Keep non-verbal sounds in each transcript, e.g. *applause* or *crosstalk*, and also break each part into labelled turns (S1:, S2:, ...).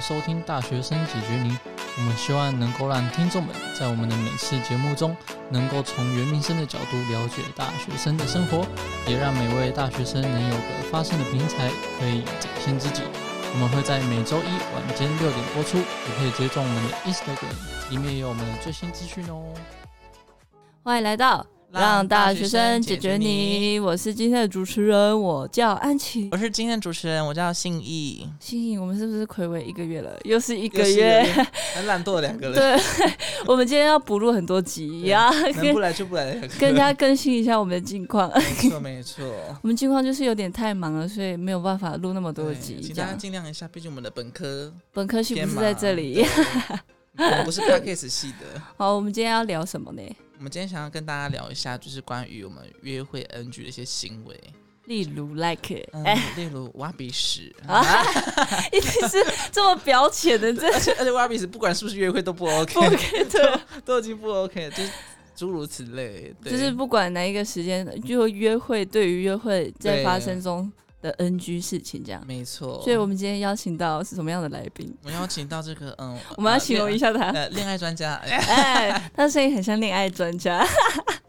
S1: 收听《大学生解决您》，我们希望能够让听众们在我们的每次节目中，能够从原民生的角度了解大学生的生活，也让每位大学生能有个发声的平台，可以展现自己。我们会在每周一晚间六点播出，也可以追踪我们的 Instagram，里面有我们的最新资讯哦。
S2: 欢迎来到
S3: 让大学生解决你，呃
S2: 我是今天的主持人，我叫安琪。
S3: 我是今天的主持人，我叫信义。
S2: 星星，我们是不是暌违一个月了？又是一个
S3: 又是一个
S2: 月，
S3: 月很懒惰的两个
S2: *laughs*
S3: 人，
S2: 对，我们今天要补录很多
S3: *laughs*
S2: 集呀，
S3: 能
S2: 跟
S3: 不来就不来的两个人。
S2: 跟大家更新一下我们的近况。 *laughs*
S3: 没错没错，
S2: 我们近况就是有点太忙了，所以没有办法录那么多
S3: 对
S2: 集。
S3: 请
S2: 这
S3: 大家
S2: 样，
S3: 尽量一下，毕竟我们的本科
S2: 本科系
S3: 偏
S2: 不是
S3: 嘛
S2: 在这里。，
S3: 对我们不是 podcast 系的。
S2: *laughs* 好，我们今天要聊什么呢？
S3: 我们今天想要跟大家聊一下，就是关于我们约会 NG 的一些行为，
S2: 例如，like，
S3: 嗯
S2: 哎、，
S3: 例如挖鼻屎，
S2: 啊 *laughs* 一定是这么表浅
S3: *laughs*
S2: 的，这
S3: 而且而且挖鼻屎不管是不是约会都不 OK，
S2: 不 OK 的。
S3: 都已经不 OK，就是诸如此类，对
S2: 就是不管哪一个时间，就约会对于约会在发生中的 NG 事情这样。
S3: 没错。
S2: 所以我们今天邀请到是什么样的来宾？
S3: 我们邀请到这个，嗯，
S2: 我们要
S3: 呃
S2: 形容一下他，
S3: 呃，恋爱专家，哎
S2: *laughs* 哎，他的声音很像恋爱专家。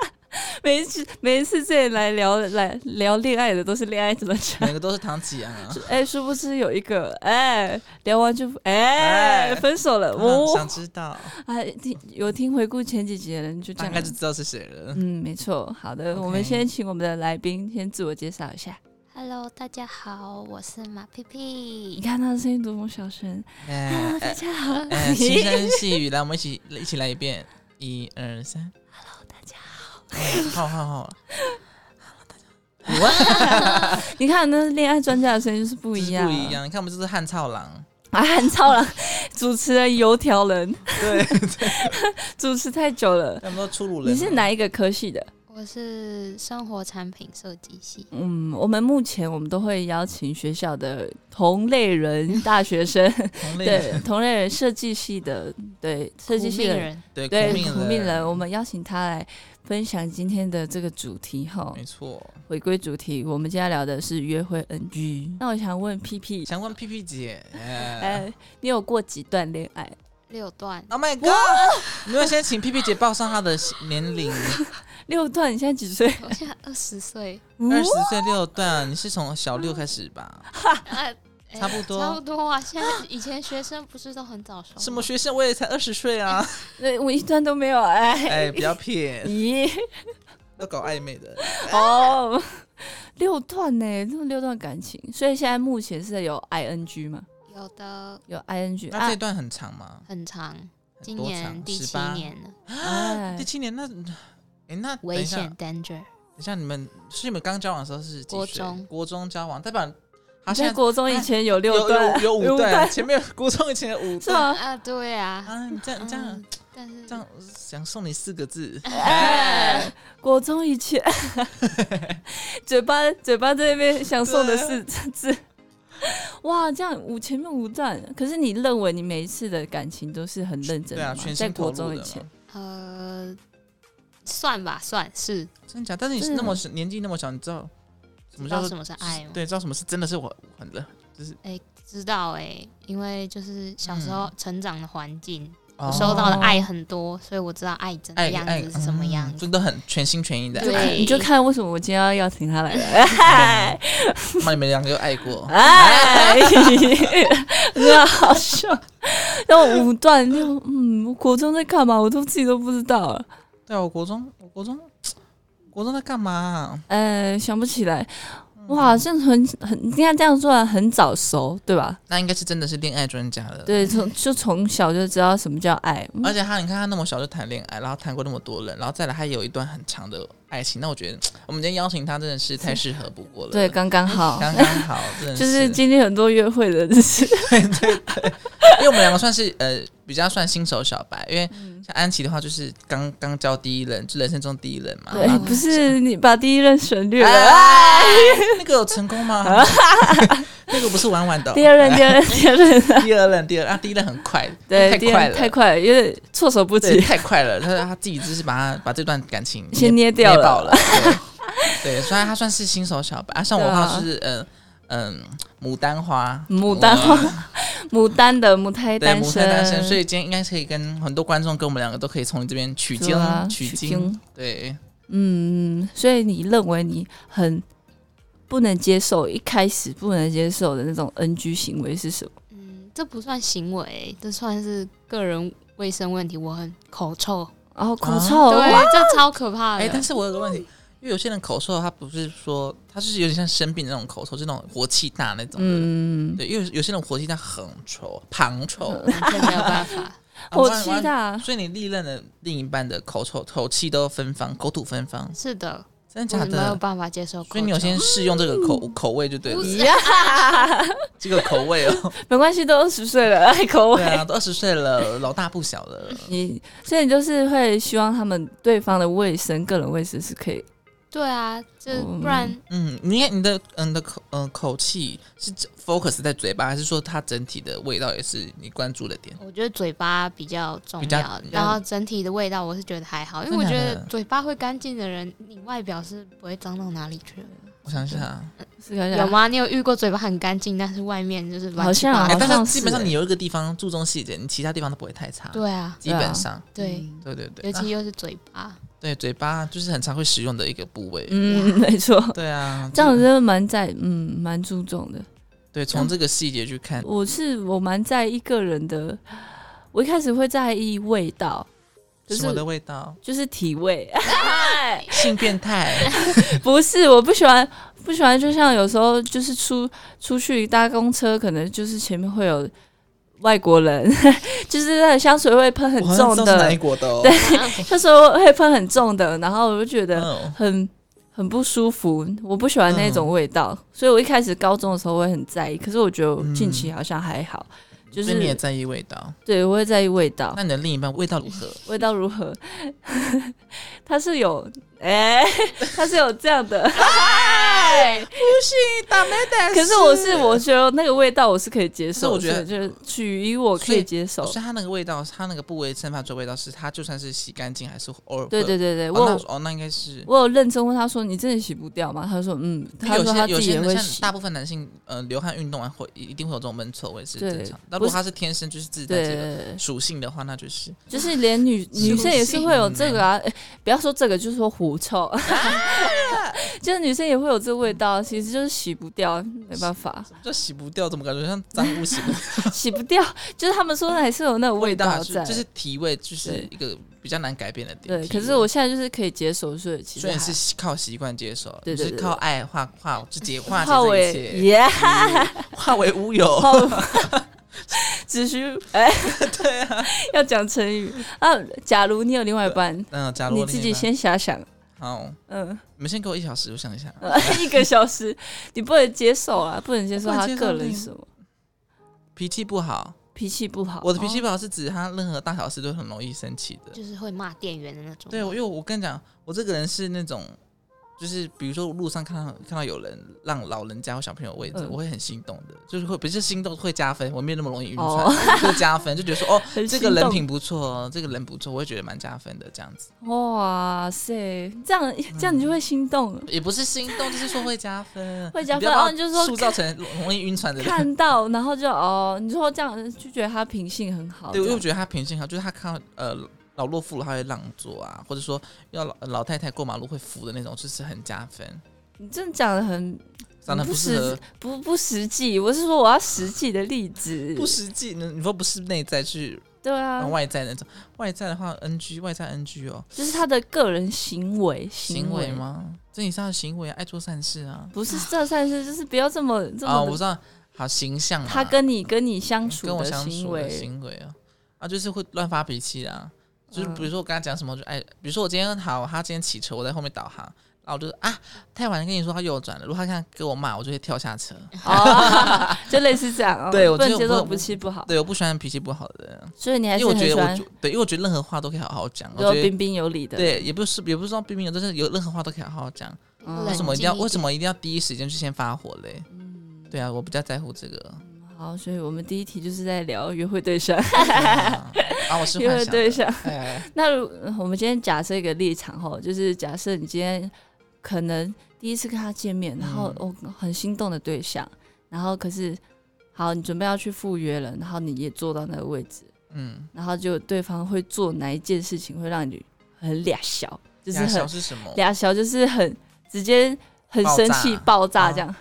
S2: *laughs* 每一次每一次这里来聊来聊恋爱的都是恋爱专家。 *laughs*
S3: 每个都是唐启阳啊。
S2: 哎，殊不知有一个哎，聊完就哎
S3: 哎
S2: 分手
S3: *laughs*
S2: 了。
S3: 嗯
S2: 我
S3: 想知道，
S2: 哎听有听回顾前几集的人就这
S3: 大
S2: 样
S3: 概。就知道是谁
S2: *laughs*
S3: 了。
S2: 嗯，没错。好的
S3: OK
S2: 我们先请我们的来宾先自我介绍一下。
S4: Hello，大家好，我是马屁
S2: 你
S4: 屁。
S2: 看他的声音多么小声，哦
S3: *laughs* 哎
S2: *laughs*
S4: 大
S3: 哎
S4: 家好，
S3: 哎，轻声细语，来，我们一起一起来一遍，一二三。Hello，大家好。好哎好好，
S2: 你看那恋爱专家的声音就是 *laughs* 不
S3: 不
S2: 一样，
S3: 不一样。你看，我们这是汉操郎，
S2: 啊！韩超郎主持人油条人 *laughs*
S3: 对，
S2: 主持太久了。
S3: 他们都出鲁人。
S2: 你是？哪一个科系的？
S4: 我是生活产品设计系。
S2: 嗯，我们目前我们都会邀请学校的同类人大学生，
S3: 同类
S2: 对
S3: 人，
S2: 同类人设计系的，对设计系
S4: 苦
S2: 的
S4: 命，人，
S3: 对，
S2: 对
S3: 苦命
S2: 苦命人，我们邀请他来分享今天的这个主题哈。
S3: 没错。
S2: 回归主题，我们今天聊的是约会 NG。那我想问 P P，
S3: 想问屁屁姐，哎
S2: 哎，你有过几段恋爱？
S4: 六
S3: *laughs*
S4: 段，
S3: ，Oh my god！你们先请屁屁姐报上她的年
S2: *laughs*
S3: 龄，
S2: 六段，你现在几岁？
S4: 我现在二
S3: *laughs*
S4: 十岁，
S3: 二十岁六段，你是从小六开始吧？
S4: 啊，哎
S3: 差不多
S4: 差不多啊。现在以前学生不是都很早熟吗？
S3: 什么学生？我也才二十岁啊！
S2: 那我一段都没有哎。
S3: *laughs* 哎，不哎要骗，
S2: 咦，
S3: 要搞暧昧的。
S2: 哦，六段呢，这么六段感情，所以现在目前是有 ing 吗？
S4: 有的
S2: 有 ing
S3: 那
S2: 啊
S3: 这一，段很长吗？
S4: 很长，今
S3: 多长
S4: 年第七
S3: 18
S4: 年了，
S2: 哎
S3: 第七年那，哎，那等
S4: 危
S3: 一下，
S4: 险
S3: 等
S4: danger。
S3: 一下，你们是你们刚交往的时候是几岁
S4: 国中
S3: 国中交往，代表他
S2: 你
S3: 现
S2: 在
S3: 在
S2: 国中以前有
S3: 有
S2: 六段
S3: 有，有
S2: 有
S3: 五
S2: 五
S3: 段，
S2: 段
S3: 前面国中以前有五
S2: 是
S3: 段。
S2: 吗？
S4: 啊，对啊，
S3: 啊，你这样这样
S4: 嗯，但是
S3: 这样，想送你四个字，
S2: 哎， *laughs* 国中以前，嘴巴嘴巴在那边想送
S3: 啊
S2: 的是字。哇，这样五前面五段，可是你认为你每一次的感情都是很认真
S3: 对
S2: 的吗？
S3: 啊，全
S2: 在
S3: 心
S2: 国
S3: 投
S2: 中
S3: 入的
S2: 以
S3: 嘛
S2: 前，
S4: 呃，算吧，算是
S3: 真假？但是你
S2: 真的
S3: 那么小年纪那么小，你知道什
S4: 知
S3: 么叫
S4: 道什
S3: 做
S4: 么是爱吗？
S3: 对，知道什么是真的是我很的
S4: 知道哎、因为就是小时
S3: 嗯
S4: 候成长的环境，
S3: 哦
S4: 收到的爱很多，所以我知道爱整个
S3: 爱
S4: 样
S3: 爱
S4: 子是什么样
S3: 嗯
S4: 子。
S3: 真的很全心全意的
S2: 你就
S4: 对
S3: 爱，
S2: 看你就看为什么我今天要邀请他来了。哎
S4: *laughs*
S3: 妈，你们两个有爱过，
S2: 哎， *laughs* 真好笑。然后五段就嗯，我国中在干嘛，我都自己都不知道了。
S3: 对啊，我国中，我国中，国中在干嘛啊？
S2: 呃，想不起来。哇，这样很很，应该这样说，很早熟，对吧？
S3: 那应该是真的是恋爱专家了。，
S2: 对，从就从小就知道什么叫爱。嗯
S3: 而且他，你看他那么小就谈恋爱，然后谈过那么多人，然后再来他有一段很长的爱情。那我觉得嗯我们今天邀请他真的是
S4: *laughs*
S3: 太适合不过了，
S2: 对，刚刚好，
S3: 刚刚好， *laughs* 真的
S2: 就是
S3: 是
S2: 经历很多约会的日
S3: *laughs*
S2: 子。
S3: 因为我们两个算是呃比较算新手小白，因为
S4: 嗯
S3: 像安琪的话就是刚刚交第一人，就人生中第一人嘛。
S2: 对
S3: 然，后
S2: *laughs* 不是你把第一任省略了，
S3: 哎，那个有成功吗？
S2: *laughs*
S3: 那个不是玩玩的哦，
S2: 第二任，第二任，第二任，
S3: *laughs* 第二任，第二任，啊，第一任很快，
S2: 对，第
S3: 太
S2: 二任
S3: 快了，
S2: 太快了，有点措手不
S3: 对，
S2: 及。
S3: 太快了，他他自己就是把他把这段感情
S2: 先捏掉了
S3: 捏爆了。对，对所以他算是新手小白，啊，像我的
S2: 对
S3: 话
S2: 啊
S3: 就是嗯嗯，牡丹花，
S2: 牡丹花， *laughs* 牡丹的母胎
S3: 对，
S2: 单
S3: 牡
S2: 身，
S3: 丹单身，所以今天应该可以跟很多观众跟我们两个都可以从你这边取
S2: 对
S3: 经
S2: 啊，
S3: 取
S2: 取
S3: 经，对，
S2: 嗯，所以你认为你很不能接受，一开始不能接受的那种 NG 行为是什么？
S4: 嗯，这不算行为，这算是个人卫生问题。我很口臭，
S2: 然后口
S3: 啊
S2: 哦臭，
S4: 对
S2: 哇，
S4: 这超可怕的。
S3: 哎，但是我有个问题，因为有些人口臭，他不是说他就是有点像生病的那种口臭，是那种火气大那种的。
S2: 嗯，
S3: 对，因为有些人火气大很臭，旁臭，
S4: 完全没有办法。
S3: 啊
S2: 火
S3: 完
S2: 气
S3: 完
S2: 大，
S3: 所以你历任的另一半的口臭、口气都芬芳，口吐芬芳，
S4: 是的，
S3: 真
S4: 我
S3: 的假
S4: 没有
S3: 的？
S4: 办法接受口臭。嗯
S3: 所以你有先试用这个口口味就对了
S4: 不，是啊
S2: 呀，
S3: *laughs* 这个口味
S4: *laughs*
S3: 哦，
S2: 没关系，都二十岁了， *laughs* 爱口
S3: 对
S2: 味。
S3: 啊，都二十岁了，老大不小了，
S2: 你所以你就是会希望他们对方的卫生、个人卫生是可以，
S4: 对啊，这
S2: 嗯
S4: 不然
S3: 嗯，你看你的嗯你的口嗯、口气是 focus 在嘴巴，还是说它整体的味道也是你关注的点？
S4: 我觉得嘴巴比较重
S3: 比较
S4: 要，然后整体的味道我是觉得还好，因为我
S3: 真
S4: 觉
S3: 的假的
S4: 得嘴巴会干净的人，你外表是不会脏到哪里去的。
S3: 我想想、啊，
S2: 是可以
S4: 有？吗？你有遇过嘴巴很干净，但是外面就是乱七八
S2: 好
S4: 糟
S2: 像
S3: 哎、但是基本
S2: 是
S3: 上
S2: 欸
S3: 你有一个地方注重细节，你其他地方都不会太差，
S4: 对啊，
S3: 基本上，
S4: 对，
S3: 对对对，
S4: 尤其
S3: 啊
S4: 又是嘴巴，
S3: 对嘴巴就是很常会使用的一个部位，
S2: 嗯， *laughs* 没错，
S3: 对啊，
S2: 这样
S3: 就
S2: 真的蛮在，嗯，蛮注重的。
S3: 对，从这个细节去看，
S2: 我是我蛮在意个人的，我一开始会在意味道，就
S3: 什么的
S2: 是
S3: 味道，
S2: 就是体味， *laughs*
S3: 性变态，
S2: 不是我不喜欢不喜欢，就像有时候就是出出去搭公车，可能就是前面会有外国人， *laughs* 就是那个香水味喷很
S3: 我好像
S2: 重
S3: 知道是哪一
S2: 的，
S3: 国的、哦？
S2: 他说会喷很重的，然后我就觉得
S3: 嗯，
S2: 很。很不舒服，我不喜欢那种味道，
S3: 嗯
S2: 所以我一开始高中的时候会很在意，可是我觉得我近期好像还好，就
S3: 所以嗯你也
S2: 是
S3: 在意味道。
S2: 对我会在意味道。
S3: 那你的另一半味道如何？
S2: 味道如何？ *laughs* 它是有，
S3: *laughs*
S2: 哎、它是有这样的。可是我是我觉得那个味道我是可以接受的，
S3: 可是我
S2: 所
S3: 觉得
S2: 以就是取于我可
S3: 所以
S2: 以接受
S3: 哦。所以他那个味道，他那个部位散发出的味道，是他就算是洗干净，还是偶尔会
S2: 对对对对，
S3: 哦
S2: 我
S3: 那
S2: 有
S3: 哦那应该是。
S2: 我有认真问他说：“你真的洗不掉吗？”他说：“嗯。”他
S3: 有
S2: 说他
S3: 些
S2: 自
S3: 有
S2: 己
S3: 些
S2: 也
S3: 人
S2: 会
S3: 像
S2: 洗。
S3: 大部分男性，呃，流汗运动完会一定会有这种闷臭味是
S2: 对
S3: 正常的。那如
S2: 不
S3: 果
S2: 是
S3: 他是天生就是自带这个
S2: 对，
S3: 属性的话，那就是
S2: 就是连女女生也是会有这个啊，
S3: 嗯
S2: 哎不要说这个，就是说狐臭，
S3: 啊
S2: *laughs* 就是女生也会有这味道，其实就是洗不掉，没办法，
S3: 这洗不掉，怎么感觉像脏污洗不掉
S2: 洗不掉，就是他们说的还是有那个 *laughs* 味
S3: 道还
S2: 道
S3: 是
S2: 在，
S3: 就是体味，就是
S2: 对
S3: 一个比较难改变的点。
S2: 对，
S3: 体
S2: 可是
S3: 味
S2: 我现在就是可以接受，所以其实
S3: 所以你
S2: 还
S3: 是靠习惯接受，
S2: 对
S3: 你
S2: 对
S3: 是
S2: 对
S3: 靠爱化化直
S2: *laughs*
S3: 接化
S2: 化
S3: 解这
S2: 为
S3: 一切，嗯哦
S2: 耶，
S3: 化为乌有。
S2: 化为只
S3: *laughs*
S2: 需哎，对啊，要讲成语啊。假如你有另外一半，
S3: 嗯，假如
S2: 你
S3: 我另
S2: 自
S3: 一
S2: 己
S3: 半
S2: 先遐想，
S3: 好，
S2: 嗯，
S3: 你们先给我一小时，我想一下。
S2: 呃一个小时，你不能接受啊，不能接受
S3: 我不
S2: 他
S3: 能接受
S2: 个
S3: 另
S2: 人
S3: 一
S2: 什么
S3: 脾气不好，
S2: 脾气不好，哦
S3: 我的脾气不好是指他任何大小事都很容易生气的。
S4: 就是会骂店员的那种。
S3: 对，我因为我跟你讲，我这个人是那种，就是比如说路上看到看到有人让老人家或小朋友位置，
S2: 嗯
S3: 我会很心动的，就是会不是心动会加分，我没有那么容易晕船，
S2: 哦
S3: 会加分，就觉得说哦，
S2: 很
S3: 这
S2: *laughs* 心
S3: 个人
S2: 动
S3: 品不错哦，这个人不错，我会觉得蛮加分的这样子。
S2: 哦哇塞，这样
S3: 嗯
S2: 这样你就会心动了。
S3: 也不是心动，就是说会加分，
S2: *laughs* 会加分
S3: 你不要把
S2: 哦你就说
S3: 塑造成容易晕船的人。
S2: 看到，然后就哦，你说这样就觉得他品性很好，
S3: 对，我
S2: 这
S3: 又
S2: 样
S3: 觉得他品性好，就是他看到呃老弱妇孺，他会让座啊，或者说要老老太太过马路会扶的那种，就是很加分。
S2: 你真的讲的很
S3: 长得
S2: 嗯不
S3: 不适合
S2: 实，不不实际，我是说我要实际的例子。
S3: 不实际，你你说不是内在去
S2: 对啊，
S3: 外在那种，外在的话 NG，外在 NG 哦，
S2: 就是他的个人行为，
S3: 行
S2: 为
S3: 为？吗？这以上的行为啊，爱做善事啊。
S2: 不是这算是就是不要这么这
S3: 啊，
S2: 么
S3: 我
S2: 的、
S3: 知道，好形象嘛。嗯
S2: 他跟你跟你相处
S3: 跟我
S2: 的
S3: 相
S2: 行
S3: 处的
S2: 为，
S3: 行为啊，啊，就是会乱发脾气啊，就是
S2: 嗯
S3: 比如说我跟他讲什么，就哎，比如说我今天好，他今天骑车，我在后面导航，然后我就啊，太晚跟你说他右转了，如果他看给我骂，我就会跳下车。
S2: 哦， *laughs* 就类似这样。哦
S3: 对我
S2: 不能
S3: 觉得
S2: 接
S3: 我
S2: 受
S3: 不
S2: 不气不好，
S3: 对，我不喜欢脾气不好的人，
S2: 所以哦你还
S3: 因
S2: 是
S3: 为我
S2: 很
S3: 觉
S2: 喜
S3: 得我
S2: 欢
S3: 就对，因为我觉得任何话都可以好好讲，
S2: 就
S3: 我觉得。
S2: 彬彬有礼的。，
S3: 对，也不是也不是说冰冰，就是有任何话都可以好好讲。
S2: 嗯
S3: 为
S4: 冷
S3: 什么一定要
S4: 静一
S3: 为什么一定要第一时间就先发火嘞？
S2: 嗯，
S3: 对啊，我比较在乎这
S2: *laughs*
S3: 个。
S2: 好，所以我们第一题就是在聊约会对象。 *laughs*
S3: 啊，我是
S2: 约
S3: 幻
S2: 会
S3: 想
S2: 对
S3: 的。
S2: 象，
S3: 哎哎哎
S2: 那如我们今天假设一个立场哈，就是假设嗯你今天可能第一次跟他见面，然后我、很心动的对象，然后可是好，你准备要去赴约了，然后你也坐到那个位置，
S3: 嗯，
S2: 然后就对方会做哪一件事情会让你很俩小，就是
S3: 俩小
S2: 很
S3: 是什么？
S2: 俩小，就是很直接很生气爆炸这样。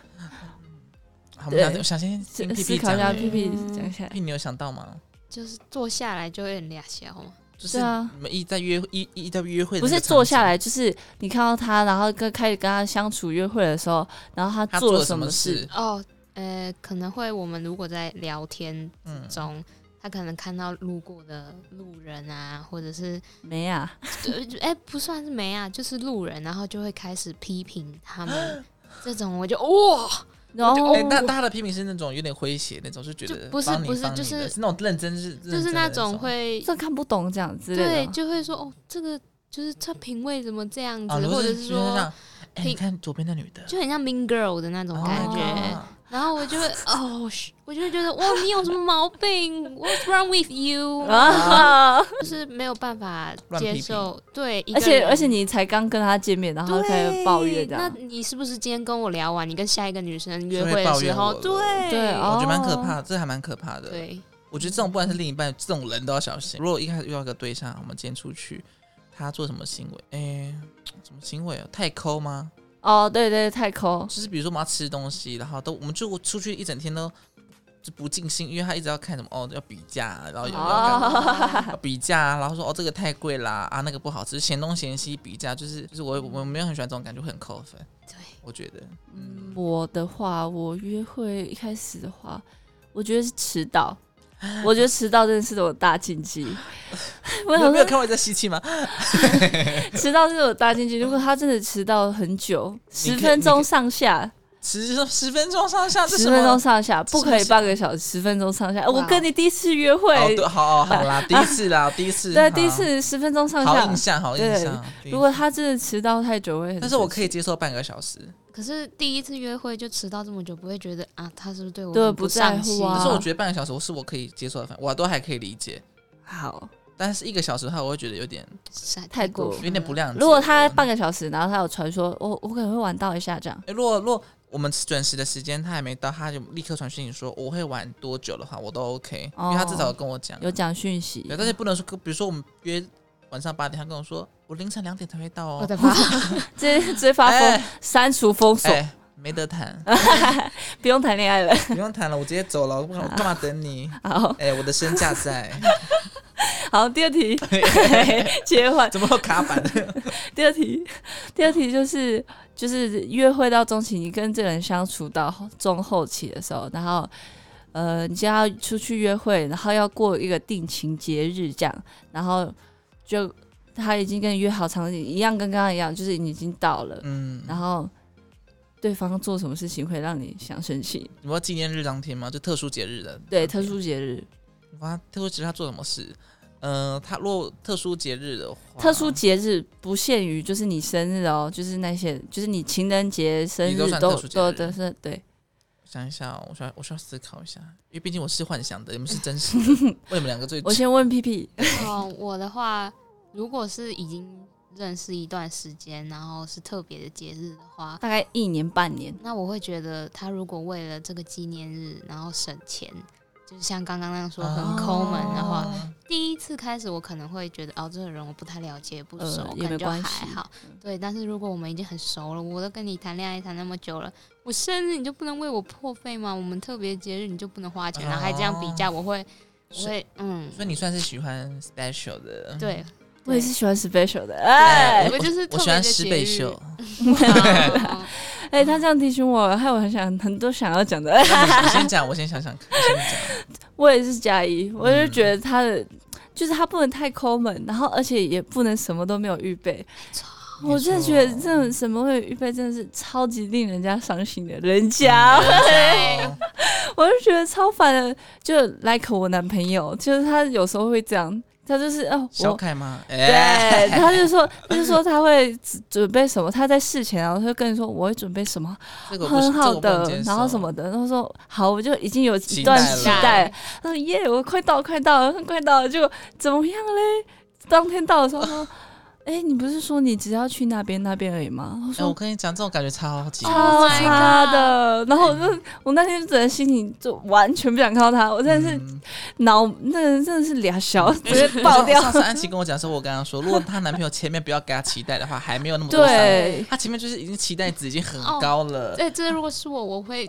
S3: 好，我们想
S2: 对
S3: 想先
S2: 思
S3: 听 P
S2: 思
S3: P
S2: 考一下
S3: 讲欸。
S2: 屁屁讲一下，
S3: P，你有想到吗？
S4: 就是坐下来就会很俩小嘛。
S3: 就是
S2: 对啊
S3: 你们一在约一一在约会的
S2: 不
S3: 那个
S2: 是
S3: 场景，
S2: 坐下来，就是你看到他，然后跟开始跟他相处约会的时候，然后
S3: 他
S2: 做
S3: 做
S2: 了
S3: 了什么
S2: 事
S3: 事？？
S4: 哦，呃，可能会我们如果在聊天
S3: 嗯，
S4: 中，他可能看到路过的路人啊，或者是
S2: 没
S3: *laughs*
S2: 啊？
S4: 呃哎、不算是没啊，就是路人，然后就会开始批评
S3: *gasps*
S4: 他们。这种我就哇，
S2: 然后
S3: 哎，但但他的批评是那种有点诙谐那种，是觉得
S4: 就不是
S3: 帮你
S4: 不是
S3: 帮你
S4: 就
S3: 的
S4: 是
S3: 是那种认真是
S4: 就
S3: 就是
S4: 那种会
S2: 这看不懂这样之类
S4: 对，
S2: 的。
S4: 就会说哦，这个就是这品味怎么这样子，
S3: 啊，如果
S4: 或者
S3: 是
S4: 是
S3: 觉得这
S4: 说
S3: 样，哎，
S4: 平
S3: 你看左边那女的，
S4: 就很像 Mean Girl 的那种
S3: 哦
S4: 感觉。然后我就
S2: *laughs*
S4: 会哦，我就会觉得哇，你有什么毛病？What's wrong with you？
S2: *laughs*
S3: *laughs*
S2: 啊！
S4: 就是没有办法
S3: 乱批
S4: 接
S3: 评
S4: 受，对，一个
S2: 而且
S4: 人
S2: 而且你才刚跟他见面，然后开始抱怨这
S4: 那
S2: 样，
S4: 你是不是今天跟我聊完，你跟下一个女生约
S3: 就会
S4: 会的
S3: 抱
S4: 时
S3: 怨
S4: 候，
S3: 我了
S4: 对
S2: 对
S3: 我
S2: 哦
S3: 觉得蛮可怕的，这还蛮可怕的。
S4: 对，
S3: 我觉得这种不管是另一半，这种人都要小心。如果一开始遇到一个对象，我们今天出去，他做什么行为？哎、什么行为啊？太抠吗？
S2: 哦，对对，太抠，
S3: 就是比如说我们要吃东西，然后都我们就出去一整天都就不尽兴，因为他一直要看什么哦，要比价啊，然后有没有干
S4: 哦
S3: 嘛、要比价啊，然后说哦这个太贵啦啊那个不好吃，嫌东嫌西比价，就是就是我我没有很喜欢这种感觉，会很扣分。
S4: 对，
S3: 我觉得，
S2: 嗯，我的话，我约会一开始的话，我觉得是迟
S3: *laughs*
S2: 到，我觉得迟到真的是我的大禁忌。 *laughs* 我
S3: 你
S2: 想
S3: 有没有
S2: 说，
S3: 看我在吸气吗？
S2: 迟到是我的大禁忌。如果他真的迟到很久，
S3: 你
S2: 十
S3: 可以
S2: 分钟
S3: 你可以
S2: 上下，
S3: 十十分钟上下，这是
S2: 十
S3: 什么
S2: 分钟上下，不可
S3: 是
S2: 以
S3: 不是
S2: 半个小时，十分钟上下。哎我
S4: 哇
S2: 跟你第一次约会，呃啊
S3: 哦，对，好、哦、好啦，第一次啦，第一次，
S2: 对，
S3: 好
S2: 第一次十分钟上
S3: 好
S2: 下
S3: 印。象，好印
S2: 对
S3: 象。第一
S2: 如果他真的迟到太久，我会很。
S3: 但是我可以。接受半个小时，
S4: 可是第一次约会就迟到这么久，不会觉得啊，他是不是对我
S2: 对
S4: 很
S2: 不在
S4: 上
S2: 乎
S4: 心
S2: 啊
S3: 但是我觉得半个小时是我可以接受的范，我都还可以理解。
S2: 好，
S3: 但是一个小时的话，我会觉得有点
S4: 是啊
S2: 太过
S4: 分
S3: 有点不
S4: 了
S3: 谅解。
S2: 如果他半个小时，然后他有传说，哦我我可能会晚到一下这样。
S3: 诶，如果如果我们准时的时间他还没到，他就立刻传讯息说我会晚多久的话，我都 OK，因为他至少有跟我讲。
S2: 哦有讲讯息
S3: 嗯对，，但是不能说，比如说我们约晚上八点，他跟我说我凌晨两点才会到
S4: 我
S3: 哦，
S4: 的妈！
S2: 这这发
S3: 哎
S2: 疯，删除封锁，
S3: 哎，没得谈，
S2: *laughs* 不用谈恋爱了。
S3: 不用谈了，我直接走了，我不我干嘛等你？
S2: 好
S3: 哎，我的身价在，
S2: *laughs* 好，第二题
S3: 哎
S2: *laughs* 切换。
S3: 怎么有卡板？
S2: *laughs* 第二题，第二题就是就是约会到中期，你跟这个人相处到后中后期的时候，然后呃，你就要出去约会，然后要过一个定情节日这样，然后就他已经跟你约好场景，一样跟刚刚一样，就是你已经到了，
S3: 嗯，
S2: 然后对方做什么事情会让你想生气？
S3: 你说纪念日当天吗？就特殊节日的。
S2: 对，特殊节日，
S3: 哇，特殊节日他做什么事？嗯、他如果特殊节日的话，
S2: 特殊节日不限于就是你生日哦，就是那些就是你情人节、生
S3: 你
S2: 日
S3: 都算
S2: 都
S3: 特殊节
S2: 都
S3: 日
S2: 都是对。
S3: 想一下、哦，我需要我需要思考一下，因为毕竟我是幻想的，你们是真
S2: *laughs*
S3: 实的。为你们两个最
S2: 我先问屁屁，
S4: 哦，我的话，如果是已经认识一段时间，然后是特别的节日的话，
S2: 大概一年半年，
S4: 那我会觉得他如果为了这个纪念日，然后省钱，就是像刚刚那样说很抠门的话，
S3: 哦
S4: 第一次开始我可能会觉得哦，这个人我不太了解、不熟，
S2: 呃也
S4: 可
S2: 没
S4: 能就
S2: 关
S4: 还
S2: 系嗯
S4: 好。对，但是如果我们已经很熟了，我都跟你谈恋爱谈那么久了，我生日你就不能为我破费吗？我们特别节日你就不能花钱，然后还这样
S2: 哦
S4: 比价，我会，我
S3: 是
S4: 会，嗯，
S3: 所以你算是喜欢 special 的，
S2: 嗯
S4: 对，
S2: 我也是喜欢 special 的， *laughs*
S3: 哎
S2: 哎
S4: 我就是
S3: 我
S4: 特
S3: 喜
S4: 别的
S3: 欢十倍
S4: 节日
S2: *laughs*
S4: *laughs*
S3: 秀。 *laughs*
S4: 哦
S2: 哎，他这样提醒我，害我很想很多想要讲的。
S3: 那你你先讲，我先想想看，我先讲。
S2: 我也是加一，我就觉得他的就是他不能太抠门，然后而且也不能什么都没有预备。我真的觉得这种什么会有预备真的是超级令人家伤心的，人家、
S3: 哦对，
S2: *laughs* 我就觉得超烦的。就 like 我男朋友，就是他有时候会这样，他就是哦
S3: 小
S2: 我。
S3: 凯吗？哎、
S2: 对，他就说，他就说他会准准备什么，他在事前，啊然后他就跟你说我会准备什么
S3: 这个我不
S2: 很好的，然后什，
S3: 这个我不能接受
S2: 么的，然后说好，我就已经有一
S3: 期
S2: 段
S3: 待
S2: 期
S3: 了
S2: 待，他说耶，我快到了，快到了，快到了，就怎么样嘞？当天到的时候他说，哎、你不是说你只要去那边那边而已吗？我
S3: 哎，
S2: 说、
S3: 我跟你讲，这种感觉超级。
S2: 超
S4: Oh my
S2: 差的。然后我就我那天就整个心情就完全不想看到他，我真的是
S3: 嗯
S2: 脑、那个真的是俩小直接
S3: *laughs*
S2: 爆掉。
S3: 上次安琪跟我讲的时候，我跟她说，如果她男朋友前面不要给她期待的话，还没有那么多伤害。
S2: 对，
S3: 她前面就是已经期待值已经很高了。
S4: 对，这如果是我，我会，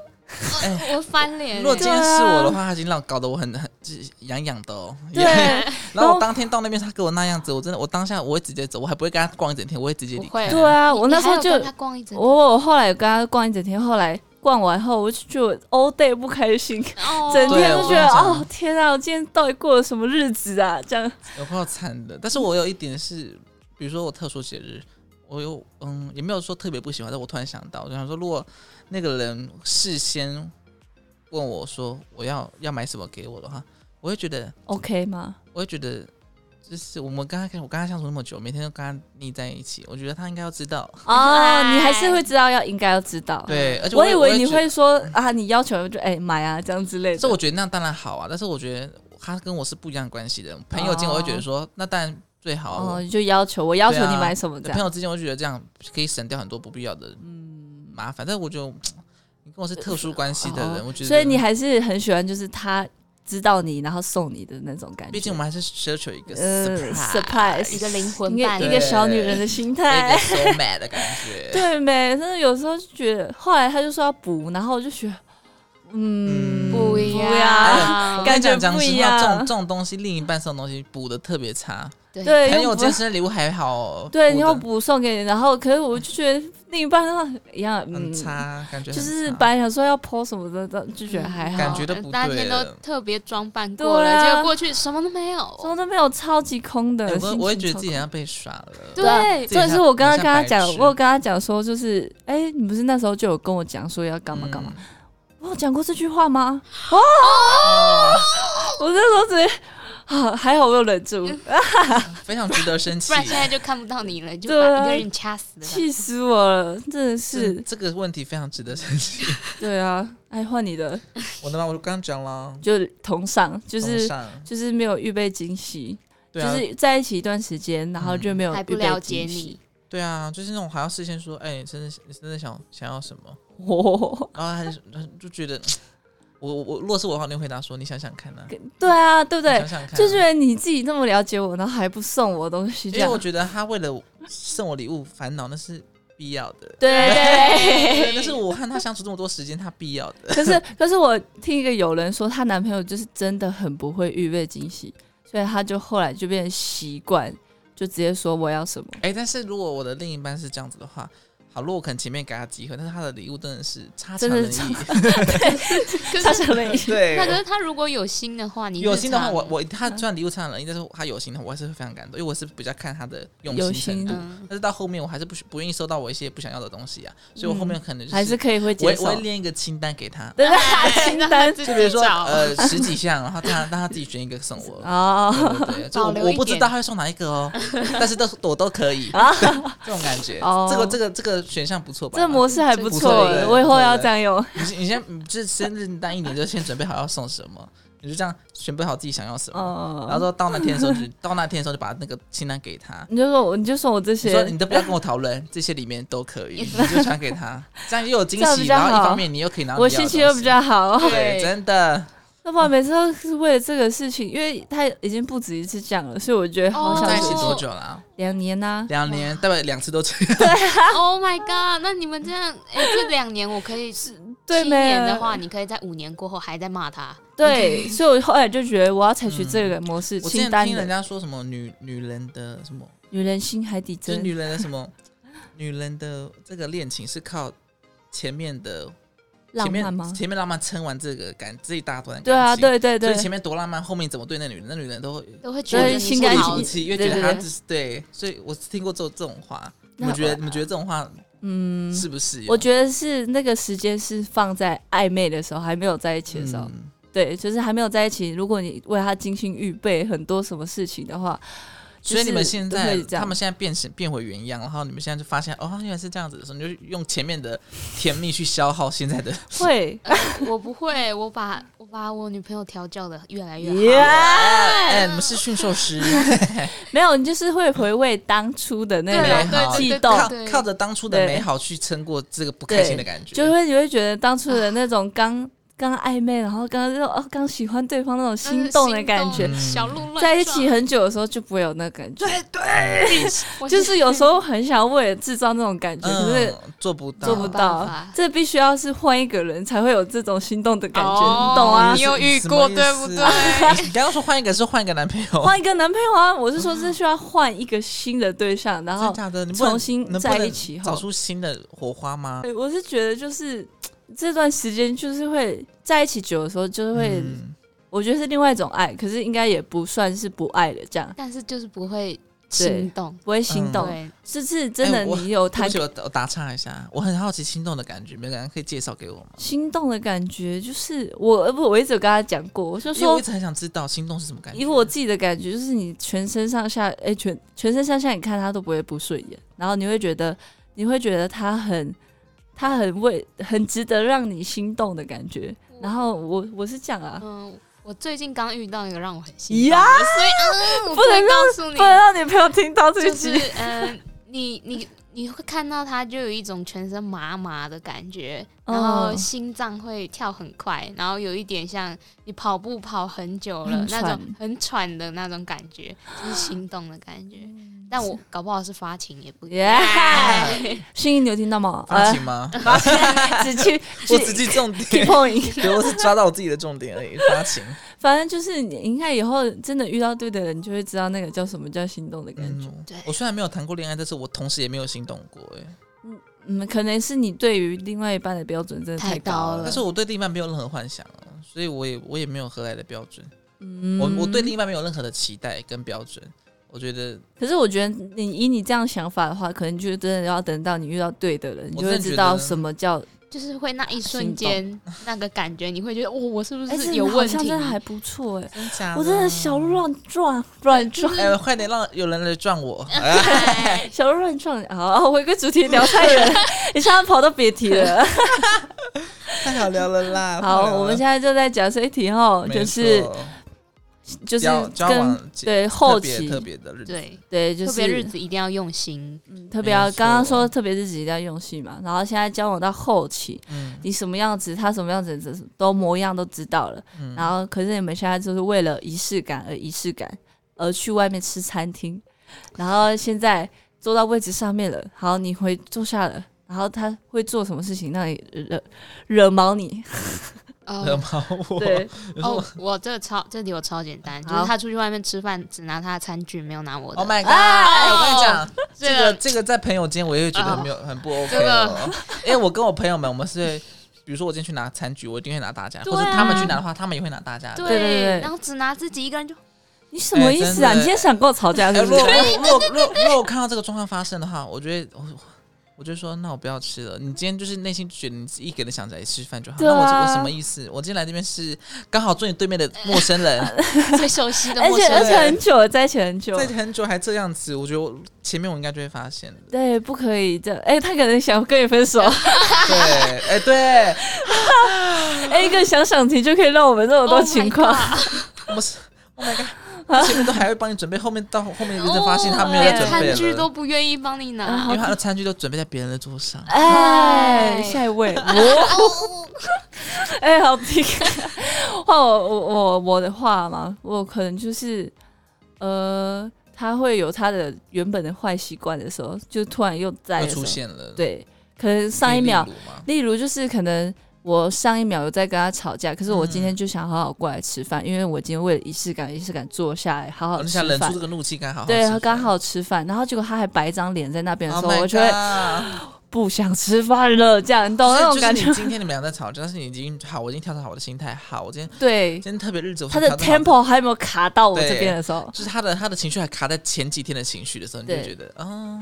S3: 哎
S4: *laughs* 我翻脸、
S3: 如果今
S4: 欸。
S3: 天是我的话，她已经让搞得我很很就是痒痒的哦。
S2: 啊对，
S3: *laughs*
S2: 啊
S3: 然后我当天到那边，她给我那样子，我真的，我当下我会直接走，我还不会跟她逛一整天，我会直接
S4: 不
S3: 离
S4: 会
S3: 开。
S4: 啊
S2: 对啊，我
S4: 你
S2: 那
S4: 还
S2: 时候
S4: 有
S2: 就
S4: 跟他逛一整天，
S2: 我我后来有跟他逛一整天，后来逛完后，我就觉得 all day 不开心，
S4: 哦
S2: 整天
S3: 对
S2: 都觉
S3: 我
S2: 得
S3: 跟你讲
S2: 哦天啊，我今天到底过了什么日子啊？这样
S3: 有够惨的。但是我有一点是，比如说我特殊节日，我有嗯，也没有说特别不喜欢，但我突然想到，我就想说，如果那个人事先问我说我要要买什么给我的话，我会觉得，
S2: OK 吗？
S3: 我会觉得。就是我们跟他，我跟他相处那么久，每天都跟他腻在一起，我觉得他应该要知道。
S2: 哦，你还是
S4: 哎
S2: 会知道要应该要知道。
S3: 对，而且
S2: 我
S3: 也
S2: 以
S3: 我
S2: 为
S3: 也
S2: 你
S3: 觉得，
S2: 会说啊，你要求就哎、买啊这样之类
S3: 这
S2: 的。
S3: 我觉得那当然好啊，但是我觉得他跟我是不一样的关系的。朋友间我会觉得说，那当然最好啊、
S2: 哦，
S3: 我
S2: 你就要求我要求
S3: 对啊
S2: 你买什么这
S3: 朋
S2: 样。
S3: 友之间我会觉得这样可以省掉很多不必要的
S2: 嗯，
S3: 麻烦，但是我觉得你跟我是特殊关系的人，
S2: 哦
S3: 我觉得，
S2: 所以你还是很喜欢，就是他知道你，然后送你的那种感觉。
S3: 毕竟我们还是奢求一个
S2: 呃 surprise，
S4: 一个灵魂
S2: 一
S4: 伴
S2: 个
S4: 侣
S2: 一个小女人的心态。
S3: 有一个 so mad 的感
S2: *laughs*
S3: 觉。
S2: 对没？真的有时候就觉得，后来他就说要补，然后我就觉得，嗯，
S3: 嗯
S4: 不一
S2: 不一样
S3: 我
S4: 样，
S3: 跟
S2: 感
S3: 你讲
S2: 觉
S3: 讲
S2: 不
S3: 实
S2: 一
S3: 话，
S2: 样
S3: 这种这种东西，另一半送的东西补的特别差。
S4: 对
S2: 对，
S3: 朋
S2: 又不
S3: 友今天生日礼物还好，
S2: 对，
S3: 补
S2: 你
S3: 得
S2: 要补送给你，然后可是我就觉得另一半的话一样，嗯
S3: 很，差，感觉很
S2: 就是
S3: 差
S2: 本来想说要 PO 什么的，但就觉得还好，
S3: 感觉都不
S4: 大家今天
S3: 对
S4: 都
S3: 了
S4: 特别装扮过了，
S2: 对啊
S4: 结果过去什么都没
S2: 什么
S4: 有。
S2: 都没有，超级空的
S3: 哎。我
S2: 心
S3: 我也
S2: 情
S3: 觉得
S2: 超
S3: 自己好
S2: 空
S3: 像被耍了。
S4: 对
S2: 对，
S3: 自己
S2: 这也是
S3: 像
S2: 我刚刚
S3: 像
S2: 跟他
S3: 白
S2: 讲，
S3: 痴
S2: 我有跟他讲说，就是，哎，你不是那时候就有跟我讲说要干嘛干嘛？
S3: 嗯？
S2: 我有讲过这句话吗？
S3: 哦
S2: 我那时候直接，啊，还好我有忍住，
S3: 哦非常值得生
S2: *laughs*
S3: 气
S4: 不。然现在就看不到你了，就
S2: 对啊
S4: 把一个人掐死了。
S2: 气死我了，真的
S3: 是
S2: 是。
S3: 这个问题非常值得生气。 *laughs*
S2: 对啊，哎，换你的，
S3: 我的妈，我就刚刚讲了，
S2: 就同上，就
S3: 崇
S2: 是
S3: 尚
S2: 就是没有预备惊喜，
S3: 对啊嗯
S2: 就，是在一起一段时间，然后就没有
S4: 还
S2: 预
S4: 不
S2: 备
S4: 了解
S2: 惊喜
S4: 你。，
S3: 对啊，就是那种还要事先说，哎、你真的你真的想想要什么？
S2: 哦，
S3: 然后他就他就觉得，我我我若是我的话，你会回答说，你想想看呢、
S2: *laughs* 对啊，对不对
S3: 想？想看、
S2: 就觉。得你自己那么了解我，然后还不送我东西，这
S3: 因为
S2: 样
S3: 我觉得他为了送我礼物烦恼那是必要的，
S2: 对对。 *laughs*
S3: 对，那是我和他相处这么多时间他必要的。
S2: 可是可是我听一个有人说，她男朋友就是真的很不会预备惊喜，所以她就后来就变成习惯，就直接说我要什么。
S3: 哎、但是如果我的另一半是这样子的话，好，如果我可能前面给他机会，但是他的礼物真的是差强
S2: 真的
S3: 人
S2: 是
S3: 意。 *laughs*
S4: 可
S2: 她
S4: 是
S2: 想了一 *laughs*
S3: 对
S4: 那可是他如果有心的话，你
S3: 有心的话，
S4: 日常
S3: 我我
S2: 嗯
S3: 他虽然礼物差强人意，但是他有心的话，我还是会非常感动，因为我是比较看他的用
S2: 有
S3: 心程
S2: 心
S3: 度。
S4: 嗯，
S3: 但是到后面我还是不不愿意收到我一些不想要的东西啊，所以我后面可能、就
S2: 嗯
S3: 是
S2: 还是可以会
S3: 我
S2: 接
S3: 会
S2: 受
S3: 我。会列一个清单给他， *laughs*
S2: 对对，清单
S4: 就
S3: 就比如说呃十几项，然后他 *laughs* 让他自己选一个送我。
S2: 哦
S3: 对对对，就
S4: 保
S3: 我
S4: 留
S3: 我
S4: 一
S3: 不知
S4: 点
S3: 道他会送哪一个
S2: *laughs*
S3: 哦，但是都我都可以，
S2: 啊，
S3: *laughs* 这种感觉
S2: 哦，
S3: 这个这个这个选项不错吧？
S2: 这模式还不
S3: 不
S2: 错
S3: 错对，
S2: 我以后
S3: 对
S2: 要这样用。
S3: 你先你先你这生日单一年就先准备好要送什么，你就这样准备好自己想要什么，然后
S2: 哦，
S3: 说到那天的时候就到那天的时候就把那个清单给他，
S2: 你就说我，你就说我这
S3: 你说
S2: 些
S3: 你都不要跟我讨论，这些里面都
S2: *laughs*
S3: 可以，你就传给他，这样又有惊
S2: 这样
S3: 喜，
S2: 比较
S3: 然后一
S2: 好
S3: 方面你又可以拿到
S2: 我
S3: 你要的
S2: 心情
S3: 东
S2: 又比
S3: 西
S2: 较好。
S3: 对，真的，
S2: 那不然每次都是为了这个事情，因为他已经不止一次这样了，所以我觉得好
S4: 哦
S2: 想
S3: 在一
S2: 说
S3: 起多
S4: 哦
S3: 久了啊？
S2: 两年呐。
S3: 两年，大概两次
S2: *laughs*
S3: 都这样。
S4: Oh my god！那你们这样，哎、这两年我可
S2: *laughs*
S4: 以是
S2: 对
S4: 七
S2: 没
S4: 年的话，你可以在五年过后还在骂他。
S3: 嗯
S2: 对，所以我后来就觉得我要采取这个模式，
S3: 我之前
S2: 清单
S3: 听人
S2: 的
S3: 家说什么女女人的什么，
S2: 女人心海底
S3: 就是
S2: 针。
S3: 女人的什么，女人的这个恋情是靠前面的
S2: 浪
S3: 前
S2: 漫吗
S3: 面？前面浪漫撑完这个感这一大段感
S2: 对啊，
S3: 情，
S2: 对对对
S3: 所以，前面多浪漫，后面怎么对那女人，那女人都会
S4: 都会觉
S2: 对
S4: 得你
S2: 心
S4: 是
S2: 甘
S4: 好
S2: 情 *laughs*
S3: 无
S4: 的
S3: 气，因为
S2: 对
S3: 觉得
S2: 对
S3: 她
S2: 对
S3: 只是对，所以我听过这这种话，
S2: 那
S3: 你们觉得
S2: 我
S3: 你们觉得这种话
S2: 嗯，
S3: 是不是？
S2: 我觉得是那个时间是放在暧昧的时候，还没有在一起的时候。
S3: 嗯
S2: 对，就是还没有在一起。如果你为他精心预备很多什么事情的话，
S3: 所以你们现
S2: 就
S3: 在
S2: 是都会这样
S3: 他们现在变成变回原样，然后你们现在就发现哦，原来是这样子的时候，你就用前面的甜蜜去消耗现
S2: *laughs*
S3: 在的。
S2: 会
S4: 我不会，我把我把我女朋友调教的越来越好。
S3: 哎、
S2: 耶，
S3: 你们是驯兽师，
S2: 没有，你就是会回味当初的那
S3: 对啊
S2: 种
S3: 美好
S2: 悸动
S3: 靠，
S4: 对
S3: 靠着当初的
S2: 对
S3: 美好去撑过这个不开心的感觉。
S2: 就会你会觉得当初的那种
S3: *laughs*
S2: 刚刚暧昧，然后刚刚哦刚喜欢对方那种心动的感觉，
S3: 嗯
S4: 小鹿乱撞
S2: 在一起，很久的时候就不会有那感觉。
S4: 我
S2: 就是有时候很想为了制造那种感觉，可是
S3: 嗯，做不到，
S2: 做不
S4: 没办
S2: 到
S4: 法。
S2: 这必须要是换一个人才会有这种心动的感觉，
S4: 哦
S2: 你懂啊
S4: 你？有遇过
S3: 什么意思
S4: 对不
S2: *laughs*
S4: 对？
S3: 你刚刚说换一个是换一个男朋友，
S2: 换一个男朋友啊！我是说，是需要换一个新的对象，然
S3: 真的
S2: 后
S3: 假的？你不能
S2: 重新
S3: 能不
S2: 在
S3: 能
S2: 一起后
S3: 找出新的火花吗？
S2: 对，我是觉得就是嘖这段时间就是会在一起久的时候，就是会、
S3: 嗯
S2: 我觉得是另外一种爱，可是应该也不算是不爱的，这样
S4: 但是就是不会心动，
S2: 不会心动。
S4: 对，
S2: 是是真的
S3: 嗯哎，我
S2: 你有
S3: 对
S2: 谈
S3: 不起，我打我打岔一下，我很好奇心动的感觉，没有人可以介绍给我吗？
S2: 心动的感觉，就是我呃不，我一直有跟他讲过，我就
S3: 因为我
S2: 说
S3: 一直很想知道心动是什么感觉。
S2: 以我自己的感觉，就是你全身上下，哎、全全身上下，你看他都不会不顺眼，然后你会觉得，你会觉得他很，他很为，很值得让你心动的感觉。然后我我是这样啊，
S4: 嗯，我最近刚遇到一个让我很心动
S2: 呀
S4: 的，所以嗯，我
S2: 不能
S4: 能告诉你
S2: 不，能让女朋友听到这一
S4: 就是
S2: 集。
S4: 嗯，你你你会看到他就有一种全身麻麻的感觉，
S2: 哦
S4: 然后心脏会跳很快，然后有一点像你跑步跑很久了
S2: 很
S4: 那
S2: 喘
S4: 种很喘的那种感觉，就是心动的感觉。但我搞不好是发情也不一定。
S2: 嗯 Yeah 心怡，你有听到吗？
S3: 发情吗？
S2: 呃， *laughs* 只去
S3: *laughs* 我
S2: 去
S3: 只记重
S2: keep
S3: 点，
S2: point。
S3: 对，我只抓到我自己的重点而已。
S2: *laughs*
S3: 发情，
S2: 反正就是你应该以后真的遇到对的人，你就会知道那个叫什么叫心动的感觉。
S3: 嗯
S4: 对，
S3: 我虽然没有谈过恋爱，但是我同时也没有心动过，哎，
S2: 嗯，可能是你对于另外一半的标准真的
S4: 太
S2: 高
S4: 高了
S3: 但是我对另一半没有任何幻想啊，所以我也我也没有何来的标准，
S2: 嗯，
S3: 我我对另一半没有任何的期待跟标准，我觉得
S2: 可是我觉得你以你这样想法的话，可能就真的要等到你遇到对的人，你
S3: 我
S2: 就会
S3: 真的
S2: 知
S3: 觉
S2: 道
S3: 得
S2: 什么叫
S4: 就是会那一瞬间那个感觉，你会觉得哦，我是不
S2: 哎，
S4: 是
S2: 这
S4: 有
S2: 好
S4: 问
S2: 像
S4: 题？
S2: 真的还不错哎、
S3: 真假，
S2: 我真的小鹿。乱撞乱撞。
S3: 哎、快点让有人来撞我！
S2: *laughs*
S4: 哎
S2: 小鹿乱撞，好，回归主题，聊太远
S3: *laughs*
S2: 了，你现在跑到别题了。
S3: 太好聊了啦！太
S2: 好，
S3: 聊
S2: 我们
S3: 了
S2: 现在就在讲这一题哦，
S3: 没
S2: 就是
S3: 错
S2: 就是
S3: 交交
S2: 跟
S3: 往
S2: 对
S3: 特
S2: 后
S3: 别
S2: 期
S3: 特别的日子，
S4: 对，
S2: 对就
S4: 特别
S2: 是
S4: 日子一定要用心。
S2: 嗯特别
S3: 没
S2: 要
S3: 错
S2: 刚刚说特别日子一定要用心嘛，然后现在交往到后期，
S3: 嗯
S2: 你什么样子，他什么样子，这都模样都知道了。
S3: 嗯，
S2: 然后，可是你们现在就是为了仪式感而仪式感，而去外面吃餐厅，然后现在坐到位置上面了，好，你回坐下了，然后他会做什么事情让你惹惹毛你？
S3: 惹
S2: 嗯
S4: 哦
S3: 毛我，
S2: 对，
S3: 你说
S4: 哦，我这个超这题我超简单，就
S2: 好
S4: 是他出去外面吃饭只拿他的餐具，没有拿我的。
S3: Oh my god！哎、我跟你讲，这
S4: 这
S3: 个
S4: 个
S3: 这个在朋友间我也会觉得没有、很不 OK 哦。 *laughs* 因为我跟我朋友们，我们是会，比如说我今天去拿餐具，我一定会拿大家，
S4: 对
S3: 或
S4: 啊
S3: 者他们去拿的话，他们也会拿大家的。
S2: 对对对
S4: 然后只拿自己一个人就 *laughs*
S2: 你什么意思啊？
S3: 哎真的
S2: 你今天想跟我吵架
S3: 哎、
S2: 是
S3: 如
S2: 不
S3: 果
S2: 是？
S3: 如果如果如果我看到这个状况发生的话，我觉得我。我就说，那我不要吃了。你今天就是内心觉得你自己一个人想着来吃饭就好。
S2: 对啊
S3: 那我我什么意思？我今天来这边是刚好坐你对面的陌生人，
S4: 最熟悉的
S2: 而
S4: 陌
S2: 且
S4: 生
S2: 而
S4: 人，
S2: 且很久了，在一起很久
S3: 在。很久还这样子，我觉得我前面我应该就会发现的。
S2: 对，不可以这样。哎、他可能想跟你分
S3: *laughs*
S2: 手。
S3: 对，哎、对，
S2: 哎、一个想想题就可以让我们这么多
S4: Oh my
S2: 情况。
S4: God
S3: 我是 Oh my god！前面都还会帮你准备，后面到后面你就发现他没有在
S4: 连
S3: 准备
S4: 餐
S3: 了，
S4: 具都不愿意帮你 *laughs* 拿。
S3: 因为他的餐具都准备在别人的桌上。
S2: 啊哎，
S4: 哎
S2: 下一
S4: *laughs*
S2: 位，哦 *laughs* 哎，好听。 *laughs* 换我我我我的话嘛，我可能就是，呃，他会有他的原本的坏习惯的时候，就突然又在
S3: 又
S2: 的时
S3: 出
S2: 候，
S3: 现了，，
S2: 哎对，可能上一秒，
S3: 嘛，
S2: 例如就是可能我上一秒有在跟他吵架，可是我今
S3: 嗯
S2: 天就想好好过来吃饭，因为我今天为了仪式感，仪式感坐下来好
S3: 我
S2: 好
S3: 就
S2: 吃
S3: 哦想忍
S2: 饭
S3: 住这，个怒气，刚好 Oh
S2: 对，刚好吃饭，然后结果他还摆一张脸在那边的时候，我就会
S3: 得
S2: 不想吃饭了，这样你懂那种感觉
S3: *laughs* 就？是你今天你们俩在吵架，但是你已经好，我已经调整好我的心态，好，我今天
S2: 对
S3: 今，天特别日子，我
S2: 他的
S3: 调整好
S2: tempo 还有没有卡到我这边的时候，
S3: 就是他的他的情绪还卡在前几天的情绪的时候，你就
S2: 对
S3: 觉得啊，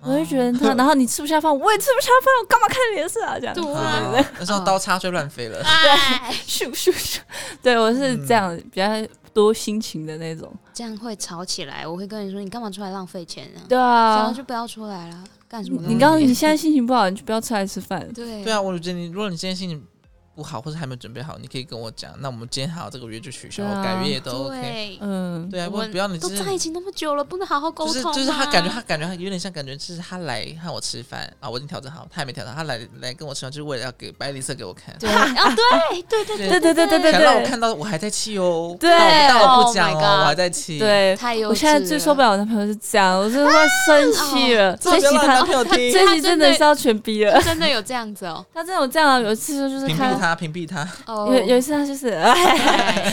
S2: 我就觉得他，然后你吃不下饭，我也吃不下饭，我干嘛看你脸色啊？这样，
S4: 对
S3: 啊那时候刀叉就乱飞了，
S4: 哎，
S2: 咻咻咻，对我是这样比较多心情的那种。
S4: 这样会吵起来。我会跟你说，你干嘛出来浪费钱啊？
S2: 对
S4: 然后
S2: 啊，
S4: 就不要出来了，干什么东西？
S2: 你刚你现在心情不好，你就不要出来吃饭。
S4: 对
S3: 对啊，我觉得你，如果你今天心情不好，或者还没有准备好，你可以跟我讲。那我们今天好，这个月就取消，
S2: 对啊
S3: 改月也都 OK。
S4: 对，
S2: 嗯，
S3: 对啊，
S4: 我
S3: 不
S4: 们
S3: 不要你
S4: 都
S3: 就是
S4: 在一起那么久了，不能好好沟
S3: 就
S4: 通啊
S3: 是就
S4: 吗
S3: 是他感觉他感觉他有点像感觉，就是他来和我吃饭啊，我已经调整好，他还没调整，他来来跟我吃饭就是为了要给白脸色给我看，
S4: 对，啊，对对
S2: 对
S4: 对
S2: 对对对对
S3: 想让我
S2: 对
S3: 看到我还在气哦，
S2: 对
S3: 但我但我不
S4: Oh
S3: 讲
S4: my
S3: 哦，
S4: God
S3: 我还在气，，
S2: 对，
S4: 太幼稚了
S2: 我现在最受不了我男朋友是这样，我真的快生气
S3: *laughs*
S2: 了。
S3: 这
S2: 这
S3: 不要
S2: 集
S3: 让男
S2: 他
S3: 朋
S4: 哦
S3: 友听，
S2: 这集真的是要全逼了。
S4: *laughs* 真的有这样子哦。
S2: 他真的有这样啊，有一次就是
S3: 屏
S2: 他
S3: 蔽他，屏蔽他，
S2: *laughs*
S4: 哦
S2: 有有一次他
S3: *laughs*
S2: 就是、哎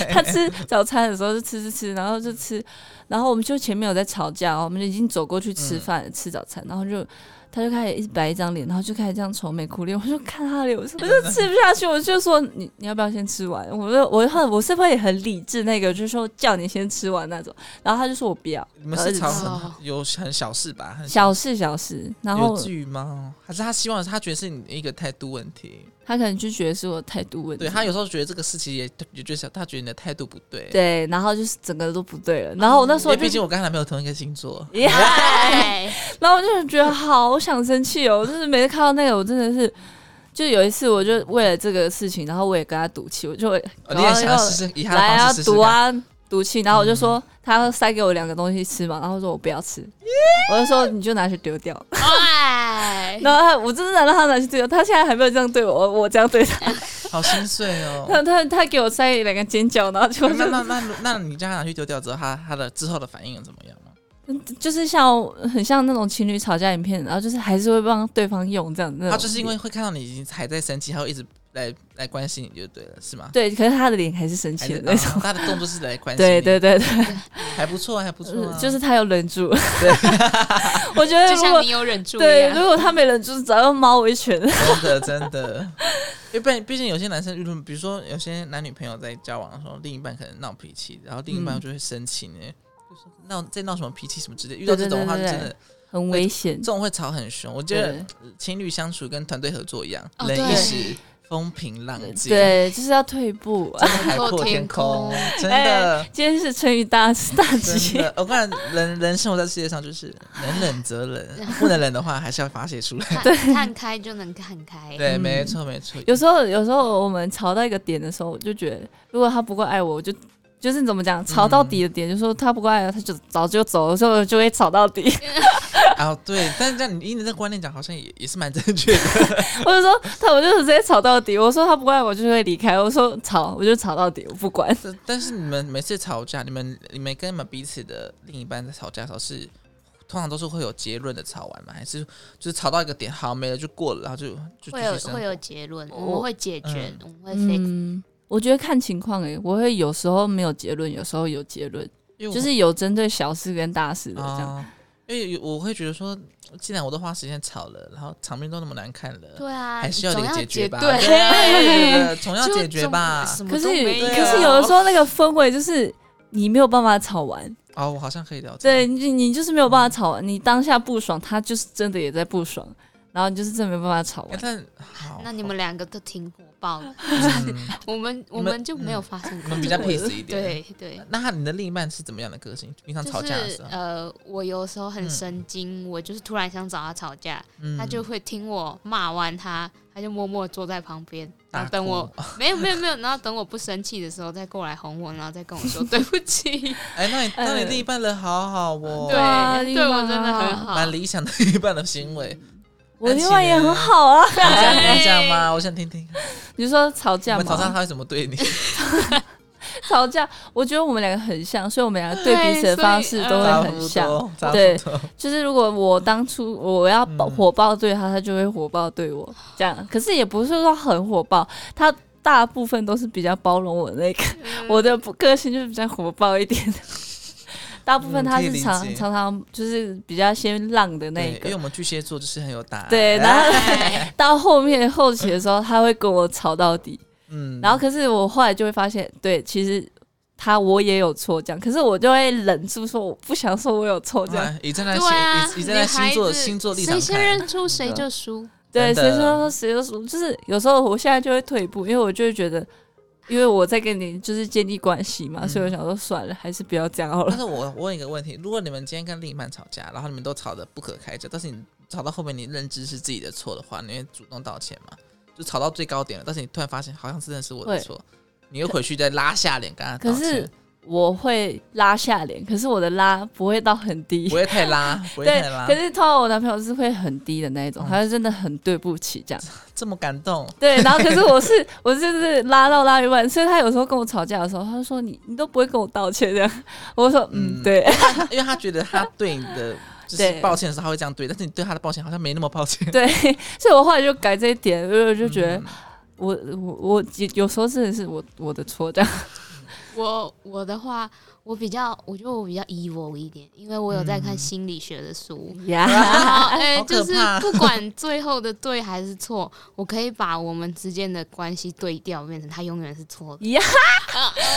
S2: 他吃早餐的时候就吃吃吃，然后就吃，然后我们就前面有在吵架哦，我们就已经走过去吃
S3: 嗯
S2: 饭、吃早餐，然后就他就开始一直摆一张脸，然后就开始这样愁眉苦脸，我就看他的脸，我说我就吃不下去，我就说你你要不要先吃完？我说我很我是不是也很理智那个，就是说叫你先吃完那种，然后他就说我不要，
S3: 你们是吵很
S4: 哦
S3: 有很小事吧？很
S2: 小事小事，然后
S3: 有至于吗？还是他希望他觉得是你一个态度问题？
S2: 他可能就觉得是我态度问题，
S3: 对他有时候觉得这个事情也也就是他觉得你的态度不对，
S2: 对，然后就是整个都不对了，然后我那时
S3: 因
S2: 候
S3: 为
S2: 就
S3: 毕竟我跟他男朋友同一个星座，
S2: 耶 *laughs*
S3: *laughs*
S4: 哎
S2: 然后我就觉得好想生气哦，我就是每次看到那个，我真的是，就有一次我就为了这个事情，然后我也跟他赌气，我就会
S3: 哦你也想要试试以他的
S2: 来啊
S3: 方式试试
S2: 赌
S3: 看。
S2: 啊赌气，然后我
S3: 嗯
S2: 就说、他塞给我两个东西吃嘛，然后说我不要吃，我就说你就拿去丢掉， *laughs*
S4: 哎，
S2: 然后他我真的让他拿去丢掉，他现在还没有这样对我， *laughs* 我这样对他，
S3: 好心碎哦。
S2: *laughs* 他他他给我塞两个煎饺，然后结果
S3: 那
S2: 就
S3: 那那那你叫他拿去丢掉之后，他他的之后的反应怎么样吗？
S2: 就是像很像那种情侣吵架影片，然后就是还是会帮对方用这样，那种
S3: 他就是因为会看到你已经还在生气，他会一直来来关心你就对了，是吗？
S2: *laughs* 对，可是他的脸还是生
S3: 还
S2: 气
S3: 是
S2: 的那种
S3: 啊，他的动作是来关心
S2: 对
S3: 你，
S2: 对对对。
S3: 还不错，还不错啊、
S2: 嗯就是他有忍住。 *laughs* 我觉得
S4: 就
S2: 如果
S4: 像你有忍住一
S2: 对，如
S4: 样，
S2: 果他没忍住，早要猫我一
S4: *laughs*
S2: 拳。
S3: 真的真的，因为毕毕竟有些男生遇到，比如说有些男女朋友在交往的时候，另一半可能闹脾气，然后另一半
S2: 嗯
S3: 就会生气呢，就说闹在闹什么脾气什么之类，遇到这种的话就
S2: 对
S3: 真
S2: 对对
S3: 的
S2: 很危险
S3: 这。种会吵很凶。我觉得
S2: 对
S3: 情侣相处跟团队合作一样，
S4: 哦
S3: 忍
S4: 对
S3: 一时风平浪静，
S2: 对，就是要退步。啊
S3: 真的海阔天
S4: 哦天
S3: 空
S4: 空，哎
S3: 真的。
S2: 今天是成语大大
S3: *laughs* 真
S2: 集，
S3: 的，我看人人生活在世界上就是能忍则
S4: *laughs*
S3: 忍，不能忍的话还是要发泄
S2: *laughs*
S3: 出来。
S4: 对，看开就能看开。
S3: 对，
S2: 嗯
S3: 没错没错。
S2: *laughs* 有时候有时候我们吵到一个点的时候，我就觉得，如果他不够爱我，我就。就是怎么讲，吵到
S3: 嗯
S2: 底的点，就是说他不够爱我，他就早就走的时候，就会吵到底。 *laughs*
S3: 啊，对，但是这样你以你这观念讲，好像也也是蛮正确的。
S2: 我就说他，我就是直接吵到底。我说他不爱我，就会离开。我说吵，我就吵到底，我不管。
S3: 但但是你们每次吵架，你们你们跟你们彼此的另一半在吵架的时候是，通常都是会有结论的吵完吗？还是就是吵到一个点，好没了就过了，然后就就
S4: 会
S3: 继
S4: 有
S3: 续生
S4: 会有
S3: 活？
S4: 结论，
S2: 我
S4: 我们会解决，我们会 fix。
S2: 嗯，我觉得看情况诶、我会有时候没有结论，有时候有结论，
S3: 因为
S2: 就
S3: 我
S2: 是有针对小事跟大事的这样。
S3: 啊，因为有我会觉得说，既然我都花时间吵了，然后场面都那么难看了，
S4: 对啊，
S3: 还是要
S4: 总
S3: 点
S4: 要
S3: 解决吧，
S4: 对，
S3: 对，啊总要
S4: 就
S3: 解决
S4: 总
S3: 吧。
S4: 什么
S2: 可是
S4: 都没
S3: 对啊
S2: 可是有的时候那个氛围就是你没有办法吵完，
S3: 哦，我好像可以了解。
S2: 对你你就是没有办法吵完，你当下不爽，他就是真的也在不爽，然后你就是真的没办法吵
S3: 哎，
S2: 完。
S3: 但好，
S4: 那你们两个都挺火爆
S3: *laughs*
S4: 的，
S3: 嗯
S4: 我们我
S3: 们
S4: 们就没有发生
S3: 你
S4: 过
S3: 们
S4: 这
S3: 比较
S4: 个。
S3: peace 一点。
S4: *laughs* 对对，
S3: 那他你的另一半是怎么样的个性？平常吵
S4: 就
S3: 架的
S4: 是
S3: 时候，
S4: 呃，我有时候
S3: 嗯
S4: 很神经，我就是突然想找他吵架，
S3: 嗯
S4: 他就会听我骂完他，他就默默坐在旁边，
S3: 嗯大
S4: 然后等
S3: 哭
S4: 我没有没有没有，然后等我不生气的时候再过来哄我，然后再跟我说 *laughs* 对不起。
S3: 哎，那你那你另一半人好好
S4: *laughs* 对
S3: 哦，
S2: 哇
S4: 对
S2: 另外
S4: 我真的很嗯好。
S3: 蛮理想的一半的
S2: *laughs*
S3: 行为。
S2: 我另外也很好啊，
S3: 你讲你讲
S2: 哎
S3: 吗？我想听听。
S2: 你说吵
S3: 我
S2: 架
S3: 们吵架
S2: 吗？
S3: 他会怎么对你？
S2: 吵架，我觉得我们两个很像，所以我们两个对彼此的
S4: 对
S2: 方式
S4: 所以
S2: 都会
S3: 差
S2: 很
S3: 不
S2: 像。
S3: 多，嗯差
S2: 对
S3: 不多。
S2: 就是如果我当初我要爆
S3: 嗯
S2: 火爆对他，他就会火爆对我，这样。可是也不是说很火爆，他大部分都是比较包容我的那个，我的不个性就是比较火爆一
S3: *laughs*
S2: 点。大部分
S3: 嗯
S2: 他
S3: 可以
S2: 是
S3: 理
S2: 常
S3: 解
S2: 常常就是比较先浪的那
S3: 对，因为
S2: 个
S3: 我，们巨蟹座就是很有答案。
S2: 对。然后 *laughs*
S4: *laughs*
S2: 到后面后期的时候，他会跟我吵到底。
S3: 嗯
S2: 然后可是我后来就会发现，对，其实他我也有错，这样。可是我就会忍住说，我不想说我有错，这样。
S3: 哇以站在
S4: 对
S3: 星
S4: 啊，
S3: 以以站在星座
S4: 女孩子
S3: 星座立场
S4: 谁
S3: 看，嗯
S4: 先认输谁就输。
S2: 对，
S3: 真
S2: 谁
S3: 的
S2: 说谁就说，就是有时候我现在就会退一步，因为我就会觉得因为我在跟你就是建立关系嘛，
S3: 嗯
S2: 所以我想说算了，还是不要这样好了。
S3: 但
S2: *laughs*
S3: 是我问一个问题：如果你们今天跟另一半吵架，然后你们都吵得不可开交，但是你吵到后面你认知是自己的错的话，你会主动道歉吗？就吵到最高点了，但是你突然发现好像真的是我的
S2: 会
S3: 错，你又回去再拉下脸跟他道
S2: 可
S3: 歉，
S2: 是我会拉下脸，可是我的拉不会到很低
S3: 不。会太拉，不
S2: *laughs*
S3: 会
S2: 对
S3: 太，拉
S2: 可，是通常我男朋友是会很低的那一种，
S3: 嗯
S2: 他就真的很对不起这样。
S3: 这么感动，
S2: 对，然后可是我是我就是拉到拉一半，所以他有时候跟我吵架的时候，他就说你你都不会跟我道歉这样。我说嗯
S3: 嗯 *laughs*
S2: 对，
S3: 因为他觉得他对你的 *laughs* 就是
S2: 对
S3: 抱歉的时候他会这样对，但是你对他的抱歉好像没那么抱歉，
S2: 对，所以我后来就改这一点，因为我就 *laughs* 觉得
S3: 嗯
S2: 我、我我有时候真的是我我的错这样。
S4: 我我的话，我比较，我觉得我比较 evil 一点，因为我有在看
S3: 嗯
S4: 心理学的书。
S2: 呀，
S4: *laughs* 然后，哎、
S3: 好可
S4: 就是
S3: 怕
S4: 不管最后的对还是错，我可以把我们之间的关系对调，变成他永远是错的。
S2: 呀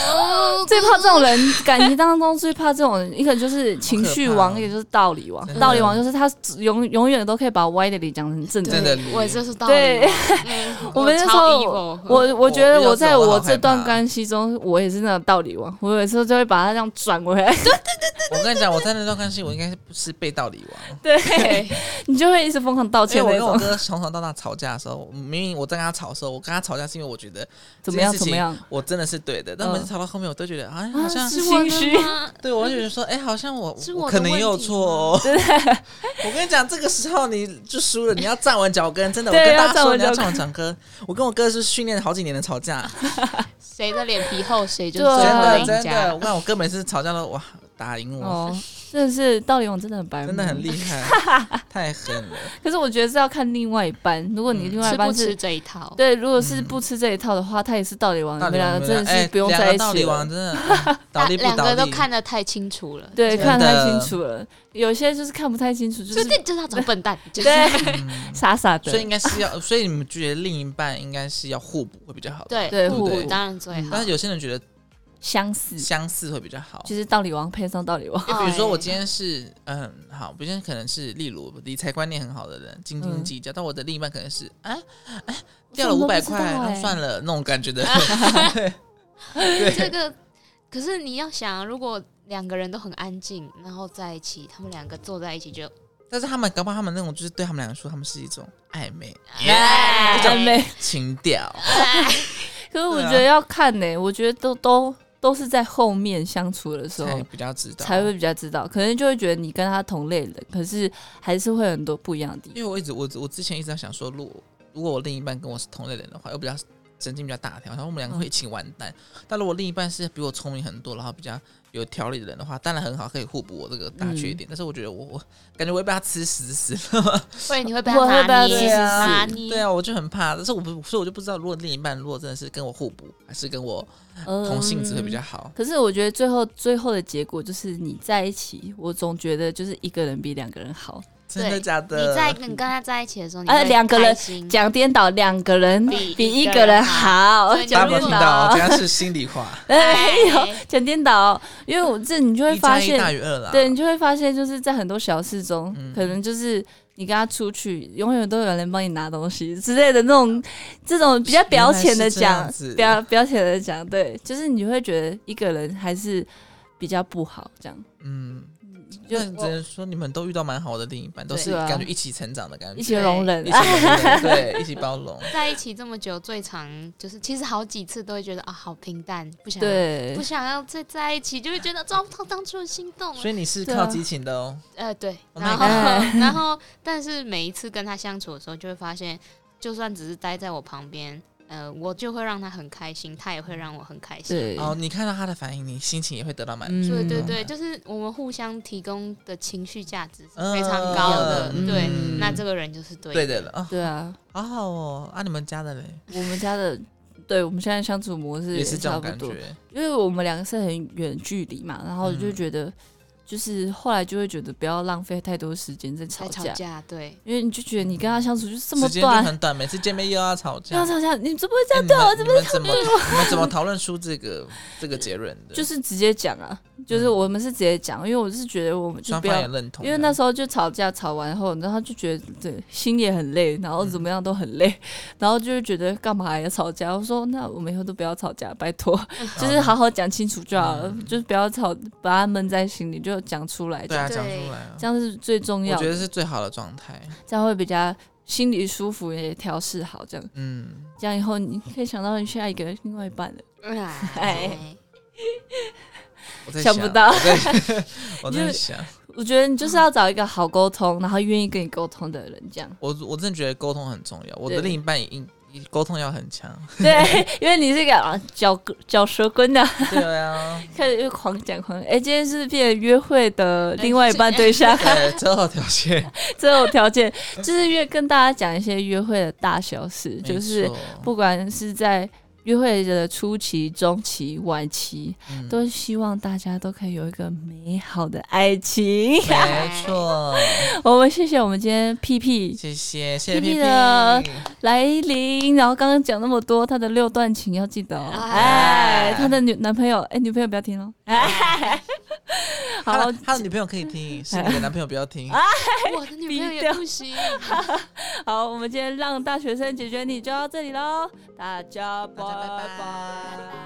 S4: 哦
S2: 最怕这种人， *laughs* 感情当中最怕这种人，一个就是情绪
S3: 好可
S2: 王，
S3: 怕哦
S2: 也就是道理王
S3: 真。的
S2: 道理王就是他只永永远都可以把歪的理讲成正
S3: 真
S2: 的。
S3: 的
S4: 我也是说道理。
S2: 对
S4: 嗯，
S2: 我们那时
S4: 超嗯
S2: 候
S4: evil，
S2: 我我觉得我在
S3: 我
S2: 我
S3: 好害
S2: 这段
S3: 怕
S2: 关系中，我也是那种道理王，我有时候就会把它这样转回
S4: *laughs*
S2: 来，
S3: 我跟你讲，我在那段关系，我应该是不是被道理王。
S2: 对 *laughs* 你就会一直疯狂道
S3: 因为
S2: 歉
S3: 我
S2: 那
S3: 跟哎我
S2: 种。
S3: 哥从小到大吵架的时候，我明明我在跟他吵的时候，我跟他吵架是因为我觉得
S2: 怎么样
S3: 这件事
S2: 怎
S3: 情
S2: 么样？啊
S3: 我真的是对的，但
S2: 嗯
S3: 每次吵到后面，我都觉得哎，好像
S2: 是
S4: 是我
S2: 心
S4: 的
S2: 虚
S4: 吗？
S3: 对我就觉得说，哎，好像我
S4: 是
S3: 我
S4: 我的
S3: 可能也有
S4: 问题
S3: 错哦。我跟你讲，这个时候你就输了，你要站稳脚跟，真的。我
S2: 对
S3: 跟大
S2: 要
S3: 家
S2: 站
S3: 说，
S2: 稳
S3: 你要
S2: 脚
S3: 站稳脚跟。我跟我哥是训练了好几年的吵架，
S4: 谁的脸皮厚，谁就是
S2: 对
S3: 真
S4: 最后
S3: 的
S4: 赢
S3: 真的。
S4: 家
S3: 我。看我哥每次吵架都哇打赢我，
S2: 哦，真的是道理王真的很白，
S3: 真的很厉。害，太狠了。
S2: 可是我觉得是要看另外一半，如果你
S3: 嗯
S2: 另外
S4: 吃
S2: 一
S4: 不
S2: 半是
S4: 吃这一套？
S2: 对，如果是
S3: 嗯
S2: 不吃这一套的话，他也是道理王，你
S3: 道
S2: 们
S3: 理王
S2: 两个真的
S3: 哎
S2: 是不用
S3: 两个
S2: 在一
S3: 道
S2: 起
S3: 理王
S2: 了。
S3: 真的嗯倒
S4: 那
S3: 立不
S4: 两
S3: 倒立，
S4: 个都看得太清楚了，
S2: 对，
S3: 真
S2: 看得太
S3: 的
S2: 清楚了，有些就是看不太清楚，就
S4: 就是是就是他装
S2: *laughs*
S4: 笨蛋，就是
S2: 对
S3: 嗯
S2: 傻傻
S3: 所以应
S2: 的。
S3: 该是要，所以你们觉得另一半应该是要互补会比较好。，
S4: *laughs* 对
S2: 对
S4: 互
S3: 对
S4: 补当然最好
S3: 但。是有些人觉得
S2: 相似
S3: 相似会比较好。
S2: 就是道理王配上道理王，
S3: 就比如说我今天是嗯好，我今天可能是例如理财观念很好的人，斤斤计较，但我的另一半可能是啊哎掉了
S2: 我怎嗯么
S3: 五百
S2: 都不知道
S3: 块，那
S2: 哎
S3: 算了那种感
S2: *laughs*
S3: 觉的。
S4: 这个，可是你要想，啊如果两个人都很安静，然后在一起，他们两个坐在一起就 *laughs*
S3: 但是他们搞不好他们那种就是对他们两个说他们是一种暧昧
S4: 哎
S2: 暧
S3: 啊
S2: 昧。
S3: 情调，
S2: 可是我
S3: 对啊
S2: 觉得要看呢、我觉得都都都是在后面相处的时
S3: 才
S2: 候
S3: 比较知道。
S2: 才会比较知道，可能就会觉得你跟他同类人，可是还是会有很多不一样的地方。
S3: 因为我一直我我之前一直在想说，如果如果我另一半跟我是同类人的话，又比较神经比较大条，然后我们两个会一起完蛋。但如果另一半是比我聪明很多，然后比较有条理的人的话，当然很好，可以互补我这个大缺
S2: 嗯
S3: 点。但是我觉得我我感觉我会被他吃死死了，
S4: 会你会被
S2: 我会
S4: 他
S2: 被他
S4: 拿
S2: 对
S4: 捏
S2: 啊
S4: 拿
S3: *laughs* 对
S4: 捏。
S3: 啊，我就很怕。但是我不，所以我就不知道，如果另一半如果真的是跟我互补，还是跟我同性质会比较
S2: 嗯
S3: 好。
S2: 可是我觉得最后最后的结果就是你在一起，我总觉得就是一个人比两个人好。
S3: 真的
S4: 对
S3: 假的？
S4: 你在你跟他在一起的时候，你
S2: 啊
S4: 会
S2: 两个人
S4: 开心
S2: 讲颠倒，两个人
S4: 嗯比
S2: 比一
S4: 一
S2: 个
S4: 个
S2: 人
S4: 人
S2: 好
S4: 好，对
S3: 大家
S2: 讲
S3: 有没有
S2: 颠
S3: 听到？
S2: 倒
S3: 这，样是心里话，
S2: 哎
S4: 哎
S2: 呦，讲颠倒，因为我这你就会
S3: 一
S2: 发
S3: 加一大
S2: 现，
S3: 于二啦。
S2: 对你就会发现，就是在很多小事中，
S3: 嗯
S2: 可能就是。你跟他出去，永远都有人帮你拿东西之类的那种，这种比较表浅的
S3: 原来
S2: 讲
S3: 是这样子，
S2: 表表浅的讲，对，就是你会觉得一个人还是比较不好，这样
S3: 嗯。就
S2: 就
S3: 只能说你们都遇到蛮好的另一半，都是
S2: 对啊
S3: 感觉一起成长的感
S2: 一
S3: 觉，
S2: 起容忍
S3: 一起，包
S2: *laughs*
S3: 容对，一起包容。
S4: 在一起这么久，最长就是其实好几次都会觉得啊，好平淡，不想
S2: 对
S4: 不，想要再在一起，就会觉得哦糟他当初的心动了
S3: *laughs* 所。以你是
S2: 对啊
S3: 靠激情的哦，
S4: 呃，对，
S3: Oh my
S4: 然后
S2: god
S4: *laughs* 然后，但是每一次跟他相处的时候，就会发现，就算只是待在我旁边，呃，我就会让他很开心，他也会让我很开心。
S2: 对，
S3: 哦，你看到他的反应，你心情也会得到满足。
S2: 嗯
S4: 对对
S3: 嗯
S4: 对，就是我们互相提供的情绪价值是
S3: 嗯
S4: 非常高的，
S3: 嗯
S4: 对，
S3: 嗯
S4: 那这个人就是对
S3: 对的了，啊，
S2: 对啊，
S3: 好好哦。啊，你们家的嘞
S2: 我们家的，对我们现在相处模式
S3: 也是这
S2: 差
S3: 种
S2: 不
S3: 感
S2: 多，
S3: 觉，
S2: 因为我们两个是很远距离嘛，然后我就
S3: 嗯
S2: 觉得，就是后来就会觉得不要浪费太多时间在
S4: 在
S2: 吵
S4: 吵
S2: 架，
S4: 架，对，
S2: 因为你就觉得你跟他相处就是这么
S3: 时间就
S2: 短，
S3: 很短，每次见面又要吵
S2: 不
S3: 架
S2: 要。吵架，你怎么会这
S3: 哎
S2: 样
S3: 你
S2: 啊对我？
S3: 们你们怎么你们怎么讨论出这个这个结论的？
S2: 就是直接讲啊，就是我们是直接讲，因为我是觉得我们就
S3: 双
S2: 不
S3: 方
S2: 要
S3: 也，认同的，
S2: 因为那时候就吵架，吵完后，然后就觉得对心也很累，然后怎么样都很累，然后就会觉得干嘛要吵架？我说那我们以后都不要吵架，拜托，就是好好讲清楚就好了，
S3: 嗯
S2: 就是不要吵，把它闷在心里，就讲出来，
S3: 对啊，
S4: 对
S3: 讲出来啊，
S2: 这样是最重
S3: 我
S2: 要
S3: 觉
S2: 的，
S3: 得是最好的状态。
S2: 这样会比较心里舒服，也调试好，这样
S3: 嗯，
S2: 这样以后你可以想到你下一个另外一半了。哎
S4: 哎，
S3: 我在
S2: 想不到 *laughs*
S3: 我在我
S2: 就
S3: 在
S2: 是
S3: 想，
S2: 我觉得你就是要找一个好沟通，然后愿意跟你沟通的人，这样
S3: 我我真的觉得沟通很重要，我的
S2: 对
S3: 另一半也应沟通要很
S2: *laughs*
S3: 强。 *laughs*
S2: 对，因为你是一个啊嚼嚼舌根的，
S3: 对啊，
S2: 开始又狂讲狂讲。哎、今天是不是变成约会的另外一半对
S3: *laughs*
S2: 象， *laughs*
S3: 对，择偶条件
S2: 这种条件就是越跟大家讲一些约会的大小事，就是
S3: 没错
S2: 不管是在约会的初期、中期、晚期，
S3: 嗯
S2: 都希望大家都可以有一个美好的爱情。
S3: 没错，
S2: *laughs* 我们谢谢我们今天屁屁
S3: 谢谢谢谢
S2: 屁屁
S3: 屁
S2: 的
S3: 屁。
S2: 来临，然后刚刚讲那么多，她的六段情要记得哦。
S4: 哎
S2: 哎，她的女男朋友，哎，女朋友不要听哦。 *laughs* 哎，
S3: 他
S2: 好
S3: 的，他的女朋友可以听，是你的男朋友不要
S2: *laughs*
S3: 听。
S4: 我的女朋友也不行，
S2: 好，我们今天让大学生解决你就到这里喽，大家拜
S3: 大家拜拜
S4: 拜拜。